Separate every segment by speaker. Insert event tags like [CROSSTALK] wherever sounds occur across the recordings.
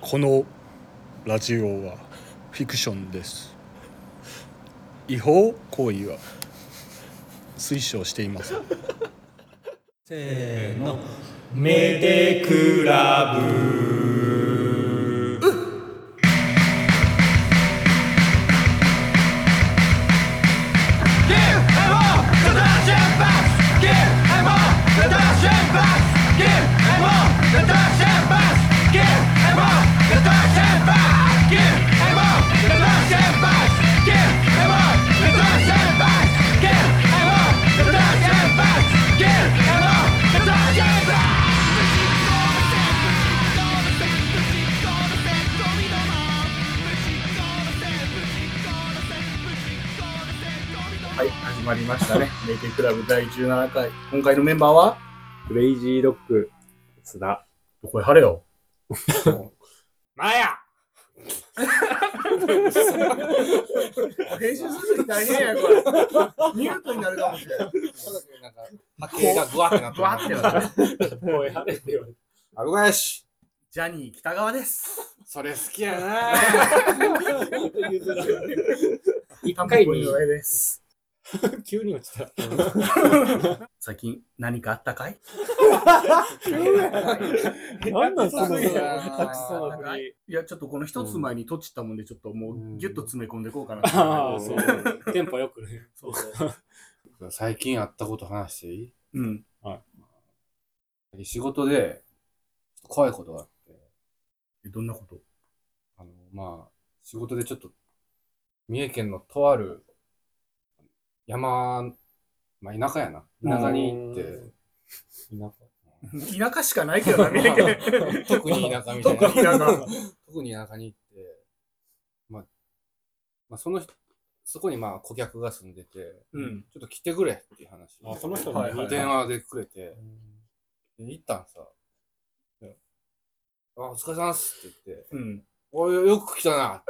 Speaker 1: このラジオはフィクションです違法行為は推奨していません
Speaker 2: せーのめでクラ
Speaker 3: はい、始まりましたね。メイテイクラブ第17回。今回のメンバーは
Speaker 4: クレイジードッグ、津田。
Speaker 3: どこへ晴れよ。
Speaker 2: マヤ
Speaker 3: 編集するとき大変やこれ。ミュートになるかもしれない。
Speaker 2: 波形がグワってな
Speaker 3: ぶわってなる。
Speaker 4: 声晴れてよ。
Speaker 2: あごやし
Speaker 3: ジャニー北川です。
Speaker 2: それ好きやな
Speaker 4: 一回に
Speaker 3: 上です。
Speaker 4: 急に落ちた。
Speaker 3: 最近何かあった [LAUGHS] かい
Speaker 4: なんなんその、
Speaker 3: そう
Speaker 5: [LAUGHS]
Speaker 4: たく
Speaker 3: やな
Speaker 4: さんの振り。
Speaker 3: いや、ちょっとこの一つ前に閉じたもんで、ちょっとも
Speaker 4: うん
Speaker 3: うギュッと詰め込んでいこうかな。 [LAUGHS]
Speaker 4: ああ、そう。テンポよくね。
Speaker 3: そうそう。
Speaker 5: 最近あったこと話してい
Speaker 3: うん。
Speaker 5: い仕事で、ちょっと怖いことがあって、
Speaker 3: えどんなこと
Speaker 5: あの、まあ、仕事でちょっと、三重県のとある山、まあ田舎やな。田舎に行って、
Speaker 3: [LAUGHS]
Speaker 4: 田
Speaker 3: 田舎しかないけどな、三重県
Speaker 5: 特に田舎みたいな。
Speaker 3: [LAUGHS] 特に田舎。
Speaker 5: 特に田舎に行って、まあ、まあ、その人、そこにまあ顧客が住んでて、
Speaker 3: うん。
Speaker 5: ちょっと来てくれっていう話を
Speaker 4: あ、この人
Speaker 3: はい
Speaker 4: も
Speaker 3: は
Speaker 4: 言
Speaker 3: いう
Speaker 4: て
Speaker 5: 電話でくれて、で行ったんさ。であ、お疲れさんっすって言って、
Speaker 3: うん。
Speaker 5: おいよく来た
Speaker 3: [LAUGHS]
Speaker 5: な。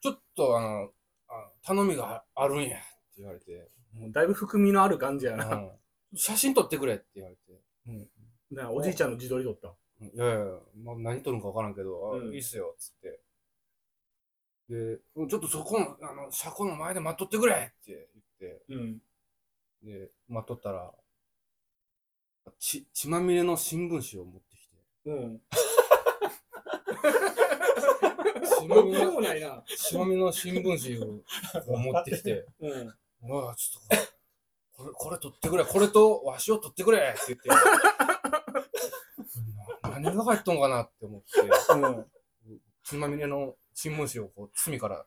Speaker 5: ちょっとあの、あ頼みがああるんやって言われて、
Speaker 3: もうだいぶ含みのある感じや
Speaker 5: う
Speaker 3: な。
Speaker 5: ん写真撮ってくれって言われて、
Speaker 3: なおじいちゃんの自撮り撮った。
Speaker 5: うんいやいや、まあ、何撮るんか分からんけど、あ
Speaker 3: うん
Speaker 5: いいっすよっつって。で、うんちょっとそこの、あの、車庫の前で待っとってくれって言っ
Speaker 3: うん。
Speaker 5: て、で、待っとったら、ち血まみれの新聞紙を持ってきて、
Speaker 3: うん。
Speaker 5: 血まみれ
Speaker 3: もないな。
Speaker 5: 血まみれの新聞紙を持ってきて、
Speaker 3: うん。
Speaker 5: まあ、ちょっとこれ、これ、これ取ってくれ、これとわしを取ってくれって言って、な何が入っとんかなって思って、
Speaker 3: うん
Speaker 5: つまみれの新聞紙をこう、隅から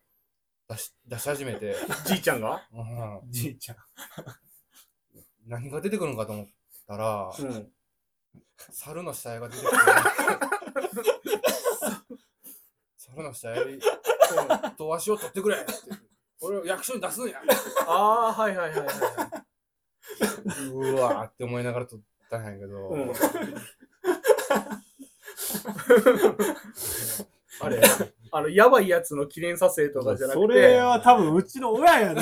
Speaker 5: 出し出し始めて、
Speaker 3: じいちゃん [LAUGHS] が
Speaker 5: うん
Speaker 4: じいちゃん。
Speaker 5: 何が出てくるのかと思ったら、
Speaker 3: うん。
Speaker 5: 猿の死体が出てくる。 [LAUGHS] 猿の死体とわしを取ってくれって。俺を役所に出すんや。
Speaker 3: ああー、はいはいはいは
Speaker 5: うわーって思いながら撮ったんやけど、
Speaker 3: い。うん。あれ、あの、やばいやつの記念撮影とかじゃなくて、
Speaker 4: それは多分うちの親やな。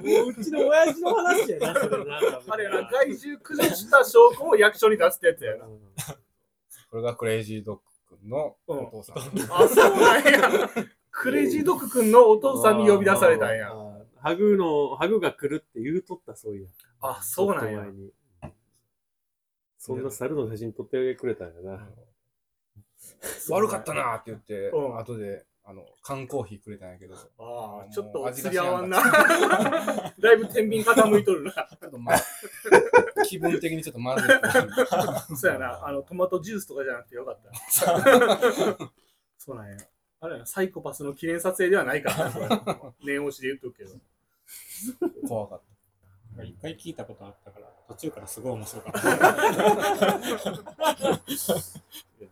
Speaker 4: もううちの親父の話やな、それな。
Speaker 3: あれやな、害獣駆除した証拠を役所に出すってやつやな。
Speaker 5: これがクレイジードッグ君のお父さん。
Speaker 3: あ、そうなんや。クレイジードッグくんのお父さんに呼び出されたんや。
Speaker 4: あー。ハグの、ハグが来るって言うとった、そういう。
Speaker 3: あ、そうなん
Speaker 4: ちょ
Speaker 3: や
Speaker 4: っと。前に。そんな猿の写真撮ってくれたんやな。
Speaker 5: 悪かったなーって言って、
Speaker 3: うん
Speaker 5: 後であの缶コーヒーくれたんやけど、ち [LAUGHS]
Speaker 3: あ
Speaker 5: も
Speaker 3: あ、
Speaker 5: う
Speaker 3: ちょっとお釣り合わんな。 [LAUGHS] だいぶ天秤傾いとるな。
Speaker 5: ょっとま、気分的にちょっとまずい。
Speaker 3: そうやな、あの、トマトジュースとかじゃなくてよかった。 [LAUGHS] そうなんや。あれやな、サイコパスの記念撮影ではないからなこれ、念押しで言っとくけ [LAUGHS] ど。
Speaker 5: 怖かっ。
Speaker 4: 一回聞いたことあったから、途中からすごい面白かった。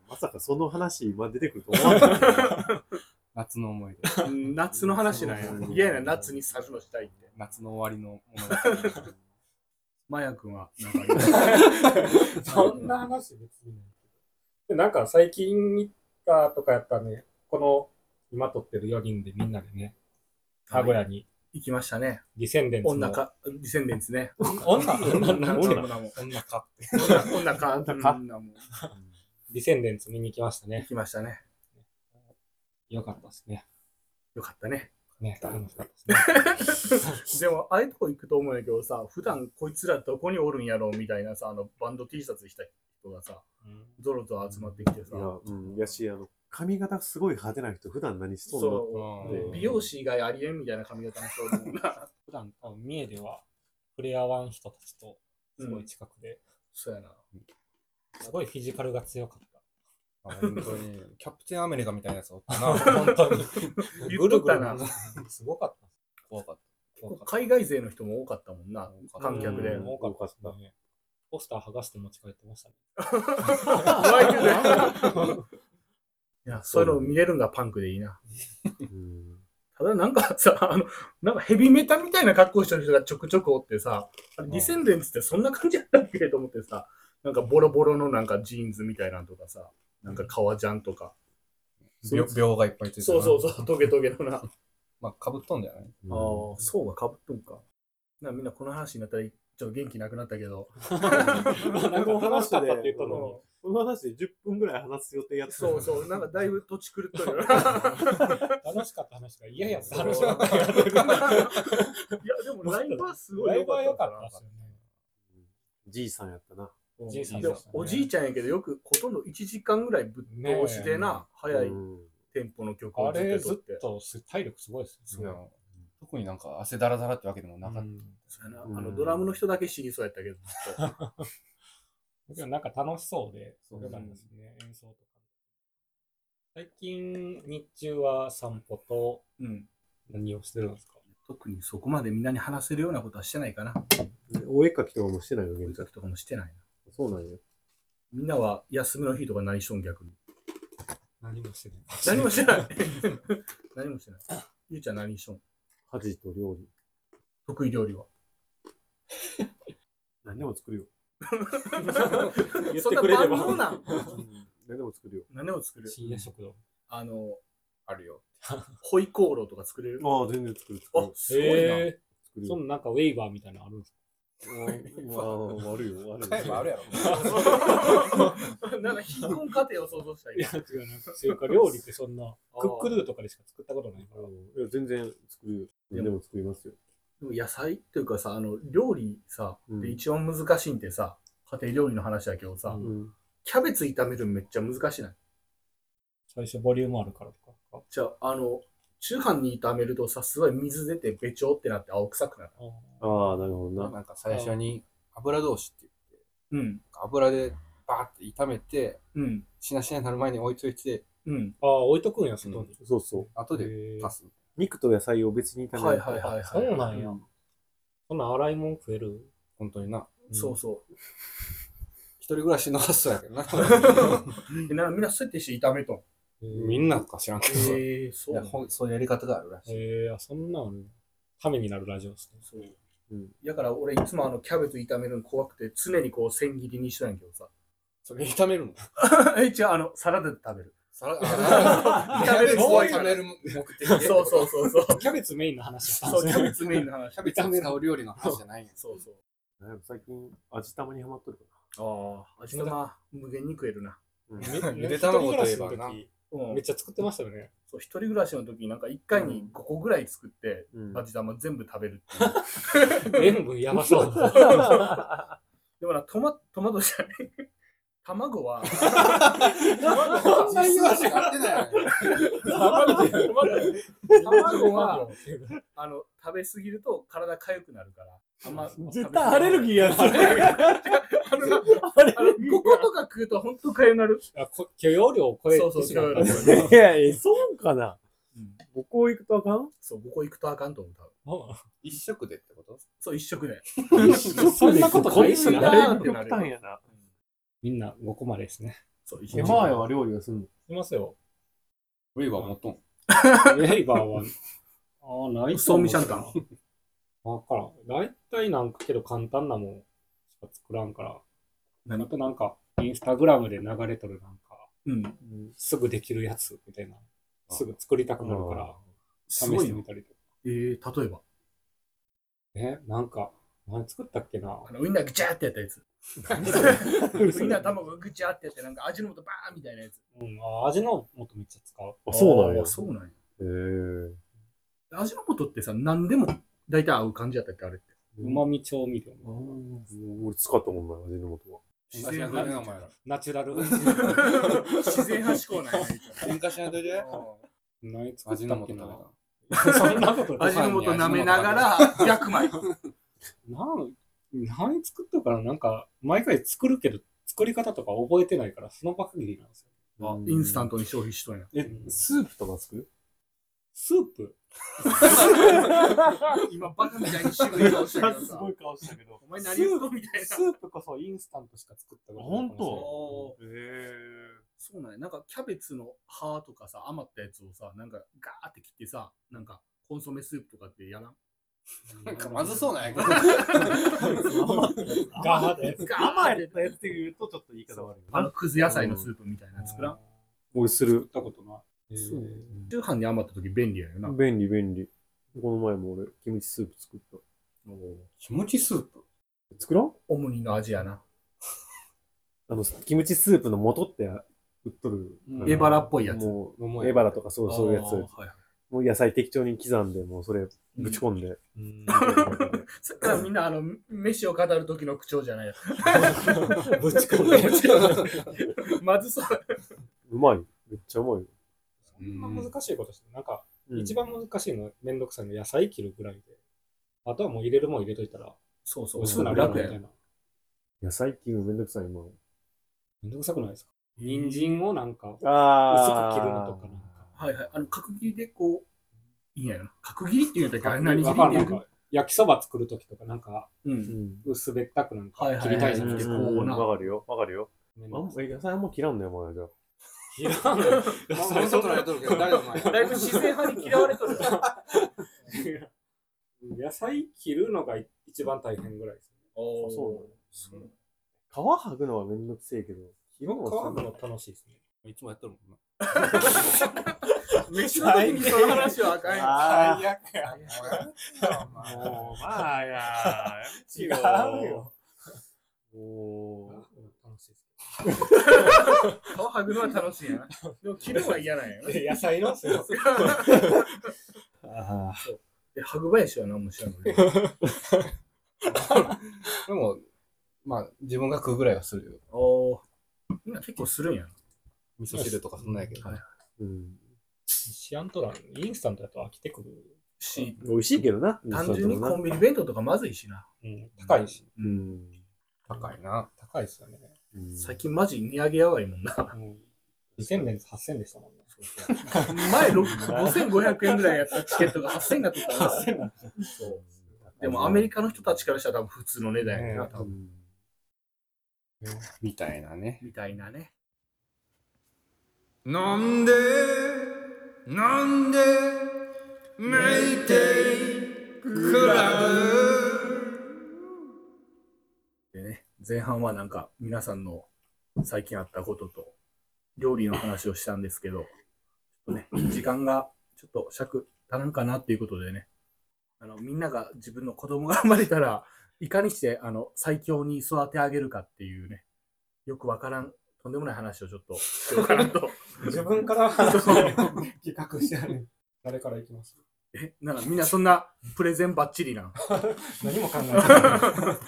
Speaker 4: まさかその話今出てくると思わなかった
Speaker 5: 夏の思い出、
Speaker 3: うん夏の話なんや
Speaker 4: そう。
Speaker 3: 嫌やな、夏に猿のしたいって。
Speaker 5: 夏の終わりの思い出。
Speaker 3: マヤ [LAUGHS] 君は、なんか言う
Speaker 4: た。そんな話別に。でなんか最近行ったとかやったらね、この今撮ってる4人でみんなでね、名古屋に
Speaker 3: 行きましたね。
Speaker 4: ディセンデンツの
Speaker 3: 女か、ディセンデンツね。
Speaker 4: 女女
Speaker 3: 女
Speaker 4: 女
Speaker 3: も。
Speaker 5: 女かって。
Speaker 3: 女女か。
Speaker 4: 女か
Speaker 3: うんもう
Speaker 4: ディセンデンツ見に行きましたね。
Speaker 3: 来ましたね。
Speaker 4: よかったですね。
Speaker 3: よかったね。
Speaker 4: ね、楽しかったです
Speaker 3: で
Speaker 4: ね。
Speaker 3: も、ああいうとこ行くと思うんやけどさ、普段こいつらどこにおるんやろうみたいなさ、あのバンド T シャツした人がさ、ゾロゾロ集まってきてさ
Speaker 6: い、や、うん、やし、あの、髪型すごい派手な人、普段何しとんの
Speaker 3: そう、
Speaker 6: うん
Speaker 3: 美容師以外ありえんみたいな髪型の人おるもんな。
Speaker 4: 普段、多分三重では、触れ合わん人たちと、すごい近くで、
Speaker 3: そうやな。
Speaker 4: すごいフィジカルが強かった。
Speaker 5: あ本当に。キャプテンアメリカみたいなや [LAUGHS] つおったな。
Speaker 4: 本当に。
Speaker 3: 言っとったな。
Speaker 4: すごかった。
Speaker 5: 怖かっ
Speaker 4: 怖かった
Speaker 3: 海外勢の人も多かったもんな、観客で
Speaker 4: う。ん
Speaker 6: も
Speaker 4: 多かったですね。ポスター剥がして持ち帰ってましたね。
Speaker 3: マジで [LAUGHS] いや、そういうの見れるんがパンクでいいな。
Speaker 6: うん
Speaker 3: ただなんかさ、 [LAUGHS] あの、なんかヘビメタみたいな格好してる人がちょくちょくおってさ、あれディセンデンツってそんな感じやったっけと思ってさ、なんかボロボロのなんかジーンズみたいなんとかさ、なんか革ジャンとか。
Speaker 5: た。秒秒がいっぱいついてる。
Speaker 3: そうそうそう、トゲトゲの [LAUGHS] な。ああ、
Speaker 5: まあ、かぶっとんだよね。
Speaker 3: そうはかぶっとんか。なみんなこの話になったら、ちょっと元気なくなったけど。
Speaker 4: [LAUGHS] なんか話したったって言ったのに。
Speaker 6: この話で10分ぐらい話す予定やってた
Speaker 3: そ
Speaker 6: の
Speaker 3: う
Speaker 6: に
Speaker 3: そう、なんかだいぶ土地狂っとるよな。
Speaker 4: 楽しかった話が嫌やった。
Speaker 3: 楽しかっ [LAUGHS] いや、でもライブはすご
Speaker 4: ラ
Speaker 3: い
Speaker 4: イ
Speaker 3: 良
Speaker 4: ブ
Speaker 3: か
Speaker 4: は
Speaker 3: っ
Speaker 4: 良か
Speaker 3: た
Speaker 4: っ
Speaker 3: な
Speaker 4: たですよね。
Speaker 6: じいさんやったな。
Speaker 3: うん
Speaker 4: じいさん
Speaker 3: で
Speaker 4: で
Speaker 3: も
Speaker 4: したね
Speaker 3: おじいちゃんやけど、よくほとんど1時間ぐらいぶっ通しでな、早い
Speaker 6: うん
Speaker 3: テンポの曲
Speaker 4: あ
Speaker 3: をずっ
Speaker 4: れ
Speaker 3: と撮っ
Speaker 4: ず
Speaker 3: て
Speaker 4: っ。と体力すごいです
Speaker 5: そう
Speaker 4: ね。
Speaker 5: やん特になんか汗だらだらってわけでもなかった。
Speaker 3: そうやな
Speaker 6: うん
Speaker 3: あのドラムの人だけ死にそうやったけど、ずっと
Speaker 4: でもなんか楽しそうで、
Speaker 5: そ
Speaker 4: そううなんですね、演奏とか。最近、日中は散歩と
Speaker 3: うん。
Speaker 4: 何をしてるんですか
Speaker 3: 特にそこまでみんなに話せるようなことはしてないかな。
Speaker 6: お絵描きとかもしてないの
Speaker 3: お絵
Speaker 6: 現在
Speaker 3: 描きとかもしてないな。
Speaker 6: そうなんよ。
Speaker 3: みんなは休みの日とか何しとん逆に。
Speaker 4: 何もしてない。
Speaker 3: 何もしてない。 [LAUGHS] 何もしてない。ゆうちゃん何しとん
Speaker 6: 家事と料理。
Speaker 3: 得意料理は。
Speaker 6: 何でも作るよ。
Speaker 4: 言っ
Speaker 3: そん
Speaker 4: て
Speaker 3: な
Speaker 4: くれれ
Speaker 3: 万
Speaker 4: ば
Speaker 3: 能なん。
Speaker 6: 何でも作るよ。
Speaker 3: 何を作
Speaker 4: [LAUGHS]
Speaker 3: る
Speaker 4: 深夜食堂。
Speaker 3: あの、
Speaker 5: あるよ。
Speaker 3: ホイコーローとか作れる
Speaker 6: ああ、全然作る。作
Speaker 3: あ
Speaker 6: る、
Speaker 3: すごいな。
Speaker 4: え
Speaker 6: 作
Speaker 4: ー
Speaker 6: る
Speaker 4: そ
Speaker 6: よ。
Speaker 4: のなんかウェイバーみたいなのあるんですか
Speaker 6: ああ、悪いよ、悪いよ。
Speaker 5: 買えばあるやろ。
Speaker 3: [LAUGHS] なんか貧困家庭を想像したい。
Speaker 4: いや、違うな。 [LAUGHS] それか料理ってそんな、クックルーとかでしか作ったことないから。
Speaker 6: いや、全然作るよ。何でも作りますよ。
Speaker 3: でも野菜っていうかさ、あの料理さ、
Speaker 6: うん
Speaker 3: で一番難しいんってさ、家庭料理の話だけどさ、
Speaker 4: うん
Speaker 6: うん
Speaker 3: キャベツ炒めるのめっちゃ難しいない。
Speaker 4: 最初ボリュームあるからとか。
Speaker 3: じゃあ、あの、中飯に炒めるとさ、すごい水出てべちょってなって青臭くなる。
Speaker 4: あー
Speaker 6: ああ、なるほどな。
Speaker 5: なんか最初に油通しって言っ
Speaker 3: う
Speaker 5: て、
Speaker 3: ん、
Speaker 5: 油でバーって炒めて、
Speaker 3: うん、
Speaker 5: しなしなになる前に置いといて、
Speaker 3: うん。
Speaker 4: あー、置いとくんや、外に。
Speaker 6: そうそう。
Speaker 5: 後で
Speaker 4: へー
Speaker 5: パス。
Speaker 6: 肉と野菜を別に食
Speaker 3: は
Speaker 6: べ
Speaker 3: い
Speaker 6: ると
Speaker 3: はいはいはい。
Speaker 4: そうなんや。そんな洗い物食える
Speaker 5: 本当にな。
Speaker 3: そうそ
Speaker 5: 一人暮らしの発想やけどな。
Speaker 3: う。でなんかみんなそうやってして炒めとん。
Speaker 5: [LAUGHS] みんなか知らんけど。い
Speaker 3: えー、そう
Speaker 5: や
Speaker 3: なんだ。
Speaker 5: ほんそういうやり方があるらしい。
Speaker 4: えー、あそんなんあるんやためになるラジオですね。
Speaker 3: そう
Speaker 6: うん
Speaker 3: だから俺いつもあのキャベツ炒めるの怖くて常にこう千切りにしとんやけどさ。
Speaker 5: それ炒めるの
Speaker 3: [LAUGHS] え、違う、あの、サラダで食べる。
Speaker 5: サ
Speaker 3: [LAUGHS]
Speaker 5: ラダ
Speaker 3: 炒める
Speaker 5: そう炒める目的で。
Speaker 3: そうそうそうそう。
Speaker 4: キャベツメインの話だった
Speaker 3: [LAUGHS] そ
Speaker 4: ん
Speaker 3: う、
Speaker 4: で
Speaker 3: キ
Speaker 4: す
Speaker 3: ャベツ
Speaker 4: ね。
Speaker 3: メインの話。
Speaker 5: キャベツを使う料理の話じゃないんや。
Speaker 3: そうそう。
Speaker 6: なんか最近、味玉にハマっとるか
Speaker 3: ああ、味玉無限に食えるな。
Speaker 6: ら。うん
Speaker 5: ゆで卵といえばな
Speaker 3: うん
Speaker 4: めっちゃ作ってましたよ [LAUGHS] ね。
Speaker 3: そう、一人暮らしの時になんか一回に5個ぐらい作って、
Speaker 6: うん
Speaker 3: 味玉全部食べるっていう。
Speaker 4: 塩分やば [LAUGHS] そう。
Speaker 3: でもな、トマ、トマトじゃない。 [LAUGHS] 卵 [LAUGHS] は、
Speaker 5: 実は違ってないよね。
Speaker 3: 卵は、あの、食べ過ぎると体痒くなるから。あんま
Speaker 6: 絶対アレルギー
Speaker 4: [LAUGHS]
Speaker 6: やんそ
Speaker 3: [LAUGHS]
Speaker 6: れ
Speaker 3: あのな、あの5個とか食うと本当痒くなる。
Speaker 4: あこ許容量を超え
Speaker 3: そうそう
Speaker 4: てしまった。
Speaker 3: そう
Speaker 6: いやいや、そうかな。
Speaker 3: うん
Speaker 6: ここ行くとあかん
Speaker 3: そう、5個いくとあかんと思う、多分。
Speaker 5: 一食でってこと
Speaker 3: そう、一食で。
Speaker 4: [LAUGHS] そんなことないし
Speaker 6: こん
Speaker 4: な。
Speaker 6: な極端やな。
Speaker 4: みんな5個までですね。
Speaker 3: そう、一
Speaker 6: え、
Speaker 3: 食
Speaker 6: マーヤは料理をす [LAUGHS] るの
Speaker 4: いますよ。
Speaker 5: ウェイバー持っとん。
Speaker 4: レイバー [LAUGHS] は。ああ、ない
Speaker 3: そうみシャンタン。
Speaker 4: わからん。大体なんかけど簡単なもんしか作らんから。あとなんか、インスタグラムで流れとるなんか、
Speaker 3: うん。
Speaker 4: すぐできるやつみたいな。すぐ作りたくなるから、試
Speaker 3: すごい
Speaker 4: してみ
Speaker 3: よ。
Speaker 4: たりとか。
Speaker 3: えー、例えば。
Speaker 4: ね、なんか、何作ったっけな。
Speaker 3: あのウインナーぐちゃーってやったやつ。みん [LAUGHS] な卵ぐちゃってやって、なんか味の素バーンみたいなやつ。
Speaker 4: うん、あ味の素めっちゃ使う。
Speaker 6: あ、そうなんや
Speaker 3: あ。そうなんや。
Speaker 6: へー
Speaker 3: 味の素ってさ、何でも大体合う感じやったっけ、あれって。
Speaker 4: うまみ調味料。
Speaker 6: あー俺使ったもんない、味の素は。
Speaker 5: 喧嘩しなといてな、お前ら。
Speaker 4: ナチュラル。
Speaker 3: [LAUGHS] 自然派志向なんや。
Speaker 5: 喧嘩しなといて。
Speaker 4: 何作っ
Speaker 5: 味
Speaker 4: た
Speaker 5: の
Speaker 4: っ
Speaker 5: 素
Speaker 4: け
Speaker 5: 食べ
Speaker 4: な
Speaker 5: た。
Speaker 4: そんなことない。
Speaker 3: 味の素舐めながら、白米。
Speaker 4: なん何作ったからなんか、毎回作るけど、作り方とか覚えてないから、その場限りなんですよ。
Speaker 3: インスタントに消費しとんや。
Speaker 6: え、スープとか作る
Speaker 4: スープ
Speaker 3: 今、バカみたいに渋い顔して
Speaker 6: [LAUGHS]
Speaker 3: るけどさ。
Speaker 4: 顔したけど。
Speaker 3: お前何言うのみたいな。
Speaker 4: スープこそインスタントしか作ったことない。
Speaker 6: あ本当へ
Speaker 3: そうなんや。なんかキャベツの葉とかさ、余ったやつをさ、なんかガーって切ってさ、なんかコンソメスープとかってやらん
Speaker 5: なんかまずそうなんやけど。
Speaker 4: ガハで。
Speaker 3: ガーって。
Speaker 6: やつで言うとちょっと言い方悪い。
Speaker 3: あの、くず野菜のスープみたいなやつ作らん、
Speaker 6: 俺する。
Speaker 4: 作ったことない。
Speaker 3: そう。中飯に余った時便利やよな。
Speaker 6: 便利便利。この前も俺、キムチスープ作った。
Speaker 5: 気持ちスープ。
Speaker 6: 作らん
Speaker 3: オムニの味やな。
Speaker 6: あの、キムチスープの素って売っとる。
Speaker 5: うん
Speaker 3: エバラっぽいやつ。
Speaker 6: も
Speaker 5: 桃
Speaker 6: う、
Speaker 5: や
Speaker 6: エバラとかそう、そういうや
Speaker 3: あ
Speaker 6: つ
Speaker 3: ー。はいはい
Speaker 6: もう野菜適当に刻んで、もうそれぶち込んで。
Speaker 3: そっからみんな、あの、飯を語る時の口調じゃないよ。
Speaker 4: [LAUGHS] ぶち込んで。 [LAUGHS]
Speaker 3: まずそう。
Speaker 6: [LAUGHS] うまい。めっちゃうまいよ。
Speaker 4: そんな難しいことして、なんか、
Speaker 6: うん
Speaker 4: 一番難しいのはめんどくさいの野菜切るぐらいで。あとはもう入れるもん入れといたら、
Speaker 3: そうそ
Speaker 4: 美
Speaker 3: う。
Speaker 4: 味しく
Speaker 3: そ
Speaker 4: な
Speaker 3: う
Speaker 4: るよみ
Speaker 3: 楽
Speaker 4: た
Speaker 3: や
Speaker 4: い
Speaker 3: ん
Speaker 4: な。
Speaker 6: 野菜切るのめんどくさい、今。
Speaker 4: めんどくさくないですか人参をなんか、
Speaker 6: あ
Speaker 4: 薄く切るのとかなんか。
Speaker 3: はいはい。あの、角切りでこう、いいんやな。角切りって言うんだっけあれ何切
Speaker 4: わ
Speaker 3: り
Speaker 4: か
Speaker 3: っ
Speaker 4: ん
Speaker 3: て
Speaker 4: ないいうなん
Speaker 3: か
Speaker 4: か焼きそば作るときとか、なんか、
Speaker 3: う。
Speaker 6: うんん。
Speaker 4: 薄べったくな
Speaker 3: は
Speaker 4: ん
Speaker 3: い
Speaker 4: か
Speaker 3: はい
Speaker 4: 切りたいじゃないですか。
Speaker 3: こうな
Speaker 6: わかるよ。わかるよ。
Speaker 4: めん
Speaker 6: あ
Speaker 4: ど
Speaker 6: ん
Speaker 4: くさい
Speaker 6: え野菜あんま切らんのよ、お前じゃあ。
Speaker 4: いらん [LAUGHS] のよ
Speaker 5: まあ俺のことらやっとるけど、誰だお前。
Speaker 3: だいぶ自然派に嫌われとる。
Speaker 4: 野菜切るのが一番大変ぐらいですね。
Speaker 3: お
Speaker 6: そうなの
Speaker 3: そう
Speaker 6: 皮剥ぐのはめんどくせえけど、切るの
Speaker 4: 皮
Speaker 6: は
Speaker 4: むの楽しいですね。
Speaker 5: いつもやっとるもんな。
Speaker 3: 飯の時にその話はあかんよ。
Speaker 6: あ
Speaker 5: 最悪や。もう
Speaker 6: まあや
Speaker 4: 違うよ。[LAUGHS]
Speaker 6: おー
Speaker 4: 楽しいです
Speaker 3: 皮剥ぐのは楽しいやな。でも切るのは嫌なんやな。
Speaker 4: ね。野菜のそう
Speaker 3: [LAUGHS]
Speaker 6: あ
Speaker 3: え、ハグ林は何も知らんのね。
Speaker 5: でも、まあ、自分が食うぐらいはするよ。
Speaker 3: おーみんな結構するんやな。
Speaker 5: 味噌汁とかそんなんやけど。
Speaker 3: はい
Speaker 6: ーうん。
Speaker 4: シアントラン、インスタントだと飽きてくる。
Speaker 3: し、
Speaker 6: 美味しいけどな。
Speaker 3: 単純にコンビニ弁当とかまずいしな。
Speaker 4: うん、高いし。
Speaker 6: うん。
Speaker 5: 高いな。
Speaker 4: 高いですよね。
Speaker 6: うん
Speaker 3: 最近マジ値上げやばいも
Speaker 4: [LAUGHS]
Speaker 3: んな。
Speaker 4: うん。2000年8000でしたもんね。
Speaker 3: 前ろ5500円ぐらいやったチケットが8000円だったから。でもアメリカの人たちからしたら多分普通の値段やな、多
Speaker 6: う
Speaker 3: 分
Speaker 6: ん
Speaker 5: みたいなね。
Speaker 3: みたいなね。
Speaker 7: なんでなんでメイテイクラ
Speaker 3: でね、前半はなんか皆さんの最近あったことと料理の話をしたんですけど、ちょっとね、時間がちょっと尺足らんかなっていうことでね、あの、みんなが自分の子供が生まれたら、いかにしてあの最強に育て上げるかっていうね、よくわからん、とんでもない話をちょっとしようかなと。
Speaker 4: [LAUGHS] [LAUGHS] 自分から話して、企画してある。誰から行きます
Speaker 3: [LAUGHS] え、なんかみんなそんなプレゼンばっちりなん。
Speaker 4: 何も考 [LAUGHS] えてない。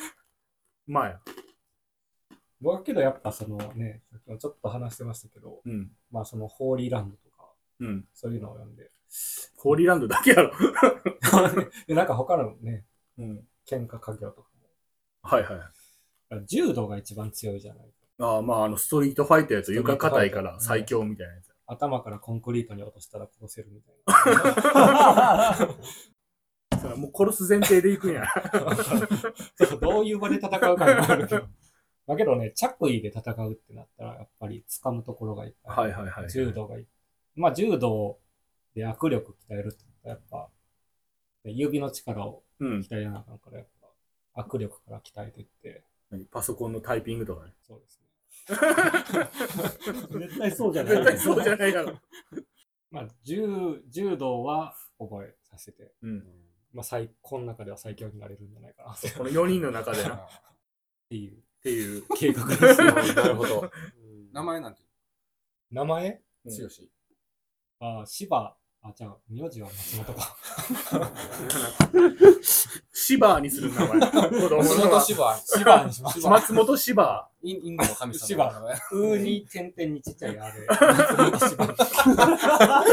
Speaker 3: まあや。
Speaker 4: 僕はけどやっぱそのね、さっきもちょっと話してましたけど、
Speaker 3: うん。
Speaker 4: まあそのホーリーランドとか、
Speaker 3: うん。
Speaker 4: そういうのを読んで、
Speaker 3: ホーリーランドだけやろ。
Speaker 4: [LAUGHS] で、なんか他のね、
Speaker 3: うん。
Speaker 4: 喧嘩家業とか
Speaker 3: はいはい。
Speaker 4: も、柔道が一番強いじゃない。
Speaker 3: ああ、まあ、あの、ストリートファイトやつ、床硬いから最強みたいなやつ。
Speaker 4: 頭からコンクリートに落としたら殺せるみたいな。 [LAUGHS]
Speaker 3: それもう殺す前提でいくん [LAUGHS] や。
Speaker 4: [LAUGHS] ちょっとどういう場で戦うかにもあるけど。だけどね、着衣で戦うってなったら、やっぱり掴むところがいっぱい。
Speaker 3: いはいは
Speaker 4: 柔道がいい。まあ柔道で握力鍛えるって言ったらやっぱ、指の力を
Speaker 3: うん。
Speaker 4: 鍛えなあかんから、やっぱ握力から鍛えてって、
Speaker 3: パソコンのタイピングとかね。
Speaker 4: そう
Speaker 3: [LAUGHS]
Speaker 4: ですね。絶対そうじゃない。
Speaker 3: 絶対 [LAUGHS] そうじゃないだろ。
Speaker 4: まあ、柔柔道は覚えさせて、
Speaker 3: うん。
Speaker 4: まあ、最この中では最強になれるんじゃないかなって
Speaker 3: この4人の中でな。
Speaker 4: いう。
Speaker 5: っていう
Speaker 6: 計画です
Speaker 3: [LAUGHS]
Speaker 6: よ。
Speaker 5: なるほど。名
Speaker 6: 名
Speaker 5: 前なんて
Speaker 8: 名前
Speaker 5: いうの剛。
Speaker 4: あー、芝、あ、じゃあ、名字は松本か。
Speaker 3: シバーにする [LAUGHS] 名前。子供
Speaker 5: 松
Speaker 3: の
Speaker 5: 本
Speaker 3: は
Speaker 5: 芝。
Speaker 4: [LAUGHS] 芝にします。
Speaker 3: 松本シバ
Speaker 5: インインドの神様。
Speaker 4: 芝うーに点々にちっちゃいあ [LAUGHS] れ。松本芝。
Speaker 3: ー。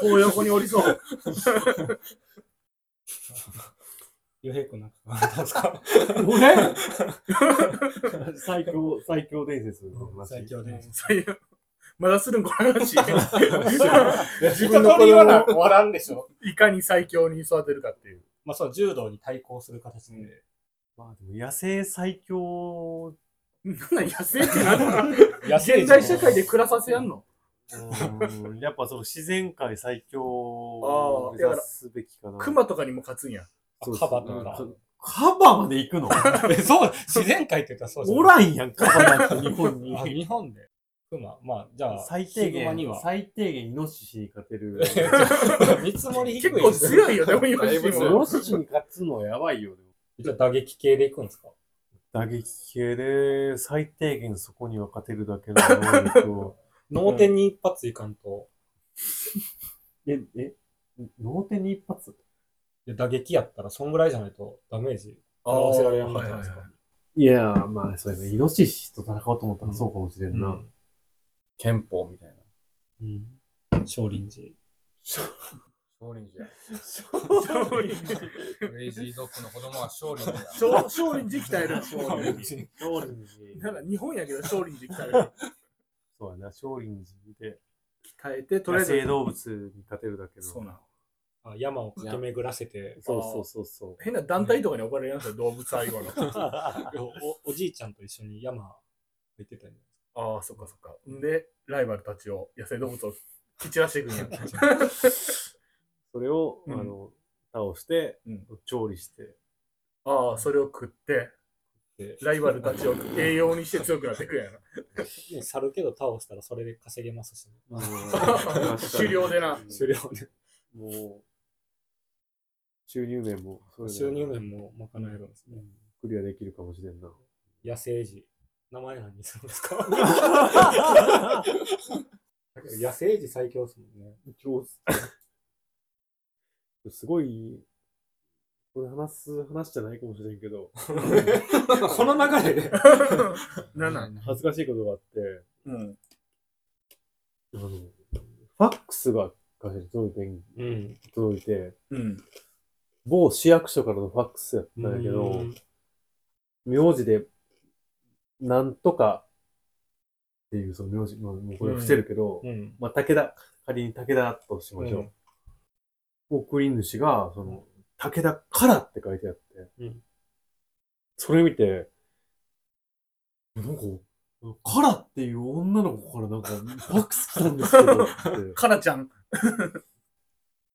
Speaker 3: 東横におりそう。
Speaker 4: ゆへいこなんかあったんですか
Speaker 6: [LAUGHS] 最強、最強伝説の話。
Speaker 4: 最強で。
Speaker 3: 最悪まだするんこの話。 [LAUGHS]
Speaker 8: 自分の子供は終わらんでしょ。
Speaker 3: いかに最強に育てるかっていう。
Speaker 4: まあ、そう、柔道に対抗する形で。
Speaker 6: まあでも野生最強。
Speaker 3: なん [LAUGHS] なん野生ってなんなん
Speaker 8: 野生
Speaker 3: 現代社会で暮らさせやんの
Speaker 6: うんやっぱその自然界最強を目指すべきかな。
Speaker 3: 熊とかにも勝つんや。
Speaker 6: そう
Speaker 4: カバと
Speaker 6: そ
Speaker 4: か。
Speaker 6: うカバまで行くの
Speaker 4: え、 [LAUGHS] そう、自然界って言ったらそうじゃ
Speaker 6: お
Speaker 4: ない
Speaker 6: らんやん、カバなんか日本
Speaker 4: [LAUGHS] あ、
Speaker 6: に。
Speaker 4: 日本で。熊、まあ、じゃあ、
Speaker 6: 最低
Speaker 4: ヒグマ
Speaker 6: 限
Speaker 4: には、。
Speaker 6: 最低限イノシシに勝て [LAUGHS] る。
Speaker 4: 見積もり低
Speaker 3: 結
Speaker 4: い。
Speaker 3: 構強い
Speaker 4: [LAUGHS]
Speaker 3: よ、でも今
Speaker 5: だいぶ
Speaker 6: イ
Speaker 5: 強い
Speaker 6: ノシシに勝つのはやばいよ。でも
Speaker 4: じゃあ打撃系でいくんですか
Speaker 6: 打撃系で最低限そこには勝てるだけの能力を。
Speaker 4: 脳天に一発いかんと、
Speaker 6: [LAUGHS] え、え、脳天に一発
Speaker 4: で打撃やったら、そんぐらいじゃないとダメージ
Speaker 3: あ
Speaker 4: 合わせられやんのじゃないですか。
Speaker 6: [LAUGHS] いやー、まあそうやね。イノシシと戦おうと思ったらそうかもしれんな。
Speaker 4: うん
Speaker 5: 憲法みたいな。
Speaker 4: うん。少林寺。
Speaker 5: 少林寺や。
Speaker 3: 勝利
Speaker 5: クレイジードッグの子供は少林寺や。
Speaker 3: 勝利時期鍛える。勝林寺
Speaker 6: 少林
Speaker 3: な
Speaker 6: 寺
Speaker 3: んか日本やけど勝利時期鍛える。
Speaker 6: そうやな、少林寺で。
Speaker 3: 鍛えて、とりあえ
Speaker 6: 野
Speaker 3: ず
Speaker 6: 生。動物に勝てるだけの。
Speaker 3: そうなの。
Speaker 4: あ山を駆け巡らせて、
Speaker 6: そうそうそうそう。 [LAUGHS]
Speaker 3: 変な団体とかに呼ばれるやんすよ、動物愛護の。
Speaker 4: おおじいちゃんと一緒に山行ってたり。
Speaker 3: ああ、そっかそっか。んで、ライバルたちを、野生動物を蹴散らしていくんや。
Speaker 6: それを、
Speaker 3: うん
Speaker 6: あの、倒して、
Speaker 3: うん
Speaker 6: 調理して。
Speaker 3: ああ、それを食って、ライバルたちを栄養にして強くなっていくやな。
Speaker 4: ね去るけど倒したらそれで稼げますし、ね、
Speaker 6: [LAUGHS] あの
Speaker 3: [LAUGHS] 狩猟でな。
Speaker 4: 終了で、
Speaker 6: もう、収入面も、それで
Speaker 4: 収入面も賄えるんですね。
Speaker 6: クリアできるかもしれんな。
Speaker 4: 野生児。名前何にするんですか
Speaker 6: [LAUGHS]
Speaker 4: 野生児最強ですもんね。
Speaker 6: 上手。 [LAUGHS] すごい、これ話す話じゃないかもしれんけど、
Speaker 4: この流れで。
Speaker 3: なんなん
Speaker 6: 恥ずかしいことがあって、
Speaker 3: うん。
Speaker 6: あの、ファックスが会社に届いて、
Speaker 4: うん。
Speaker 6: 届いて、
Speaker 3: うん。
Speaker 6: 某市役所からのファックスやったんやけど、名字で、なんとかっていう、その名字、まあ、もうこれ伏せるけど、
Speaker 4: うん。
Speaker 6: まあ、武田、仮に武田としましょう。送り主が、その、武田からって書いてあって、
Speaker 4: うん
Speaker 6: それ見て、なんか、からっていう女の子からなんか、ファックス来たんですけど、って。
Speaker 3: カラちゃん。
Speaker 6: い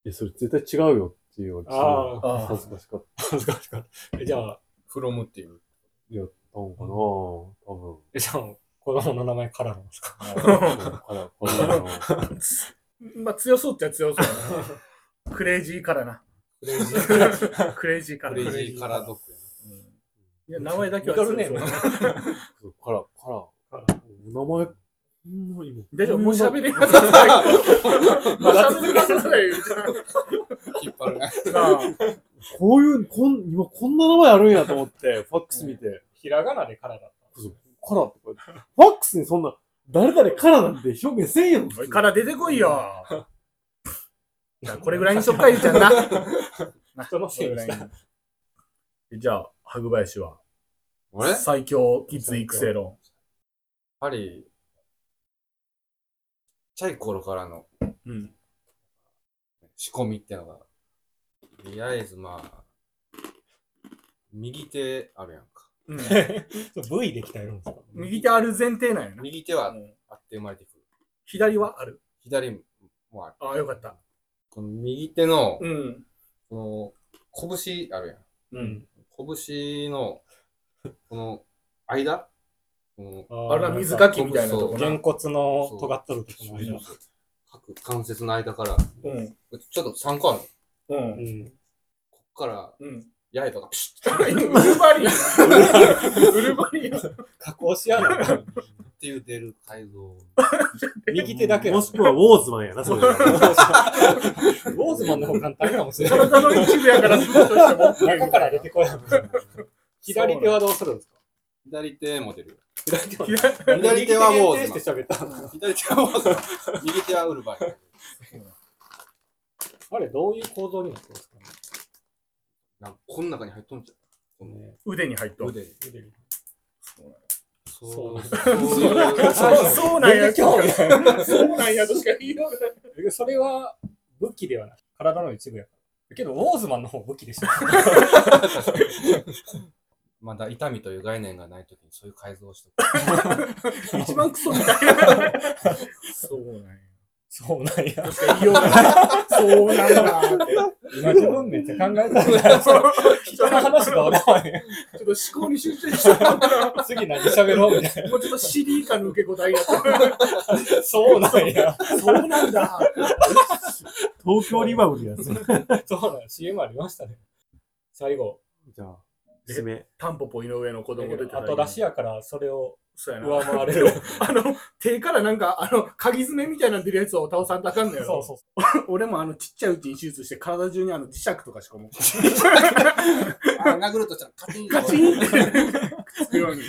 Speaker 6: や、それ絶対違うよって言われて、
Speaker 4: ああ、
Speaker 3: ああ
Speaker 6: 恥ずかしかった。
Speaker 4: 恥ずかしかった。 [LAUGHS] えじゃあ、
Speaker 5: フロムっていう。
Speaker 6: やったのかな多分。
Speaker 4: えじゃあ、子供の名前からなんですか
Speaker 6: から、これあの
Speaker 3: まあ強そうっちゃ強そうやな。クレイジーからな。
Speaker 5: クレイジー。
Speaker 3: クレイジーから。
Speaker 5: クレイジーカラードッグやな。
Speaker 3: いや、名前だけは
Speaker 4: ミドルネーム
Speaker 6: [LAUGHS] そうから、から、名前、ほんまにもう
Speaker 3: 大丈夫、もう喋れなさい。まだ続けなさい。
Speaker 5: 引っ張るね。
Speaker 3: なあ
Speaker 6: こういう、こん、今こんな名前あるんやと思って、ファックス見て、
Speaker 4: ひらがなでからだった。
Speaker 6: そうカラーって書いてあるファックスにそんな、誰々カラーなんて表現せんやん。
Speaker 3: おいから出てこいよ。じゃあこれぐらいにしよっか、ゆうちゃんな。な
Speaker 4: 人のせいにした
Speaker 3: これぐらいに [LAUGHS] じゃあ、白林は
Speaker 5: あれやっ
Speaker 3: 最強キッズ育成論。
Speaker 5: ぱり、ちゃい頃からの
Speaker 3: うん。
Speaker 5: 仕込みってのが、とりあえずまあ、右手あるやんか。
Speaker 3: うん
Speaker 4: V で鍛えるんですか
Speaker 3: 右手ある前提なんやな。
Speaker 5: 右手は
Speaker 3: うん
Speaker 5: あって生まれてくる。
Speaker 3: 左はある。
Speaker 5: 左もある。
Speaker 3: ああ、よかった。
Speaker 5: この右手の、
Speaker 3: うん。
Speaker 5: この、拳あるやん。
Speaker 3: うん。
Speaker 5: 拳の、この、間この、
Speaker 3: あれは水かきみたいなとこな
Speaker 4: げ。んこつの尖っとるとこの間
Speaker 5: 各関節の間から、
Speaker 3: うん。
Speaker 5: ちょっと3個ある。
Speaker 3: うん。
Speaker 4: うん。
Speaker 5: こっから
Speaker 3: [LAUGHS] うん。
Speaker 5: 八重とか、ピシ
Speaker 3: [LAUGHS] ウルバリ [LAUGHS] ン。ウルバリン。
Speaker 9: 加工しやな
Speaker 4: [LAUGHS]
Speaker 9: あかんっていう出る改造。右手だけだ
Speaker 6: もしくはウォーズマンやな、それ。
Speaker 9: ウォーズマンの方が簡単かもしれない。
Speaker 3: 体の一部やから、すごいとしても。
Speaker 9: 中から出てこない。左手はどうするんですか
Speaker 5: ッ左手モデル。
Speaker 9: 左手は。
Speaker 5: 左手はウォー
Speaker 9: 右手限
Speaker 5: ズ
Speaker 9: 定して喋っ
Speaker 5: 左手はウォーズマン。右手はウルバリン。
Speaker 9: た。あれ、どういう構造になってますかね
Speaker 5: なんかこの中に入っとんじゃん。この
Speaker 3: 腕に入っとる。
Speaker 5: 腕。
Speaker 9: 腕に
Speaker 5: そう。
Speaker 9: そうなんだ
Speaker 3: そうそうなんや。
Speaker 9: 全然興味ない
Speaker 3: そうなんやとしか言いようがない。
Speaker 9: それは武器ではない。体の一部やから。けど、ウォーズマンの方武器でしょ。
Speaker 5: まだ痛みという概念がないときにそういう改造をして
Speaker 3: 一番クソみたいな。そうなんや。
Speaker 9: そうなんや。
Speaker 3: としか言いようがない。そうなんだって。
Speaker 9: 今自分めっちゃ考えたんだよ。人の話が俺はね、
Speaker 3: ちょっと思考に集中してたから、
Speaker 9: 次何喋ろうみたい
Speaker 3: もうちょっと CD 感の受け答えやっ
Speaker 9: な。そうなんや。
Speaker 3: た。そうなんだ。
Speaker 6: 東京リバウルやつ。じ
Speaker 9: そうなんや。CM ありましたね。最後。
Speaker 6: ゃあ、締め。
Speaker 3: タンポポ井上の子供出てた。
Speaker 9: 後出しやから、それを
Speaker 3: そうやな。
Speaker 9: 上回れる。
Speaker 3: あの、手からなんか、あの、鍵爪みたいなの出るやつを倒さんとあかんの
Speaker 9: そう
Speaker 3: よ。
Speaker 9: そうそう。
Speaker 3: 俺もあの、ちっちゃいうちに手術して、体中にあの、磁石とかしかもう。
Speaker 5: あ、殴るとしたらカチン
Speaker 3: ガチンってつくように。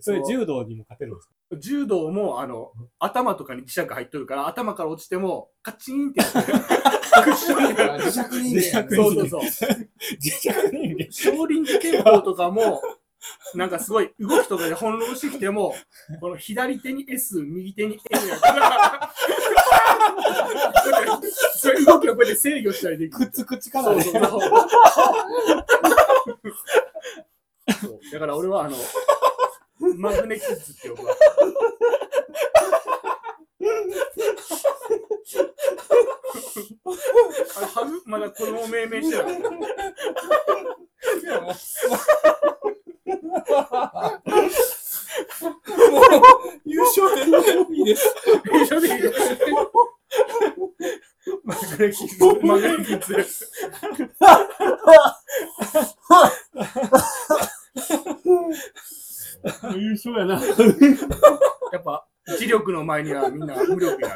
Speaker 9: それ柔道にも勝てるんですか
Speaker 3: 柔道も、あの、頭とかに磁石入っとるから、頭から落ちても、カチンってやって。クッションになる
Speaker 5: 磁石人間やね
Speaker 3: そうそうそう。
Speaker 9: 自着人間。
Speaker 3: [LAUGHS] 少林寺拳法とかも、なんかすごい動きとかで翻弄してきても、この左手に S、右手に N やから、 [LAUGHS] そういう動きをこうやって制御したりでき
Speaker 9: くっ
Speaker 3: る。
Speaker 9: つく
Speaker 3: そ
Speaker 9: 力
Speaker 3: う
Speaker 9: で。
Speaker 3: そうそう。そうだから俺はあの、マグネキッズって呼ぶわ。あれ、ハグまだ子供命名してない。
Speaker 9: 優勝でいいです。
Speaker 3: 一緒でいいよマグレキッズ。マグレキッズです。
Speaker 6: [LAUGHS] 優勝やな。
Speaker 3: やっぱ、磁力の前にはみんな無力や。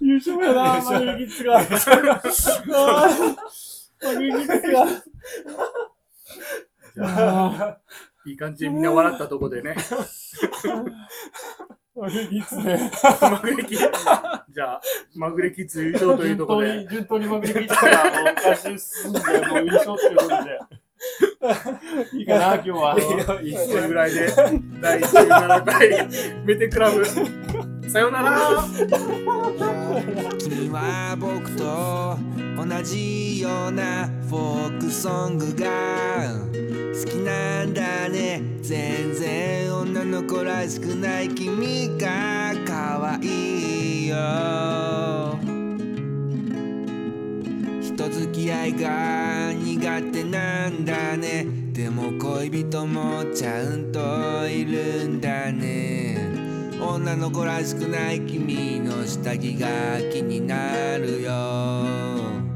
Speaker 6: 優勝やな、マグリギッツが。あーマグリギッツが。あ
Speaker 3: いい感じでみんな笑ったとこ [LAUGHS] でね。
Speaker 6: ーマグリギッツね。
Speaker 3: マグレキッズ。じゃあ、マグレキッズ優勝という
Speaker 6: 順
Speaker 3: とこ
Speaker 6: 当
Speaker 3: ろで。
Speaker 6: に、順当にマグリギッツが、もう、勝ち進んで、もう優勝っていうことで。いいかな、今日は。
Speaker 3: 一戦ぐらいで、第17回、メテクラブ。さようなら
Speaker 7: 君は僕と同じようなフォークソングが好きなんだね全然女の子らしくない君が可愛いよ人付き合いが苦手なんだねでも恋人もちゃんといるんだね女の子らしくない君の下着が気になるよ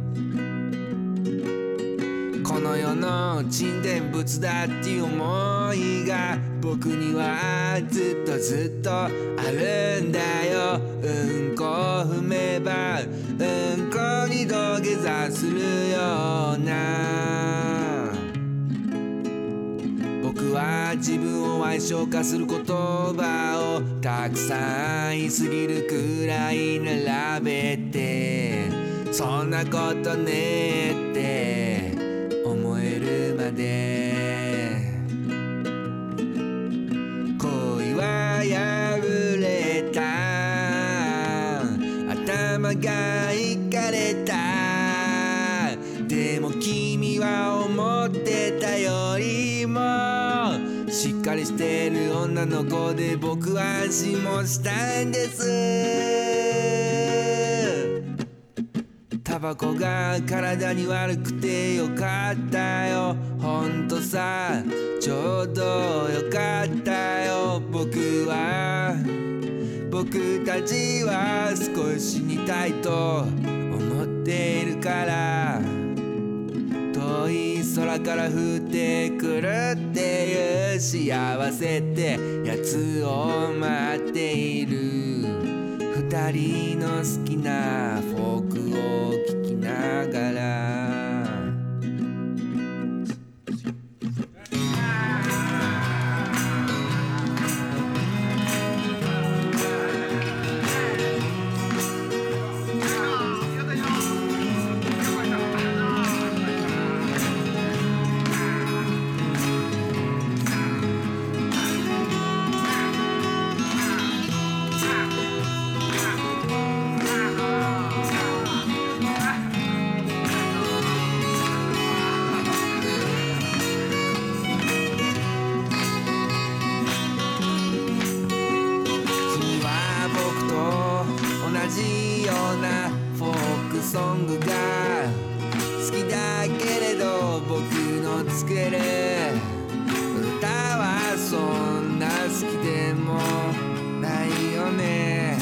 Speaker 7: この世の沈殿物だっていう思いが僕にはずっとずっとあるんだようんこを踏めばうんこに土下座するような僕は自分を矮小化する言葉をたくさん言いすぎるくらい並べてそんなことねって思えるまで恋は破れた頭がいかれたでも君は思ってたよりもしっかりしてる女の子で僕は安心もしたんですタバコが体に悪くてよかったよほんとさちょうどよかったよ僕は僕たちは少し似たいと思っているから空から降ってくるっていう幸せってやつを待っている二人の好きなフォークを聞きながら君は僕と同じようなフォークソングが好きだけれど僕の作る歌はそんな好きでもないよね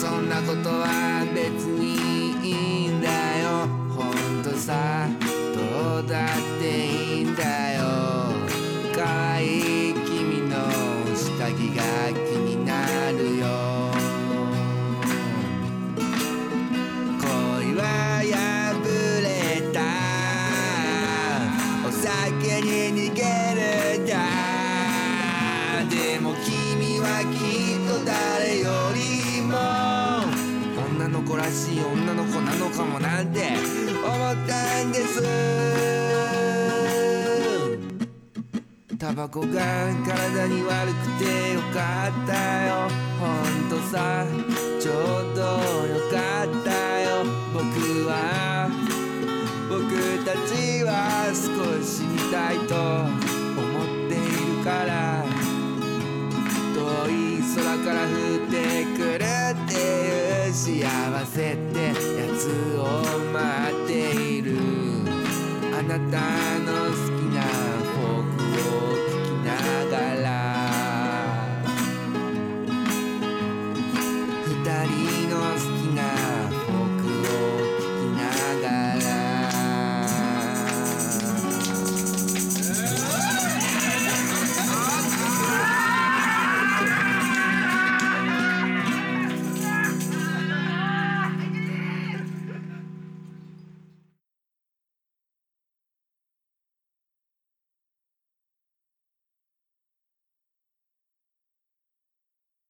Speaker 7: そんなことは別にいいんだよほんとさどうだっていいんだよ可愛い君の下着が気になるよ恋は破れたお酒に逃げるんだでも君はきっと誰よりも女の子らしい女の子なのかもなんて思ったんですタバコが体に悪くてよかったよほんとさちょうどよかったよ僕は僕たちは少し見たいと思っているから遠い空から降ってくるっていう幸せってやつを待っているあなた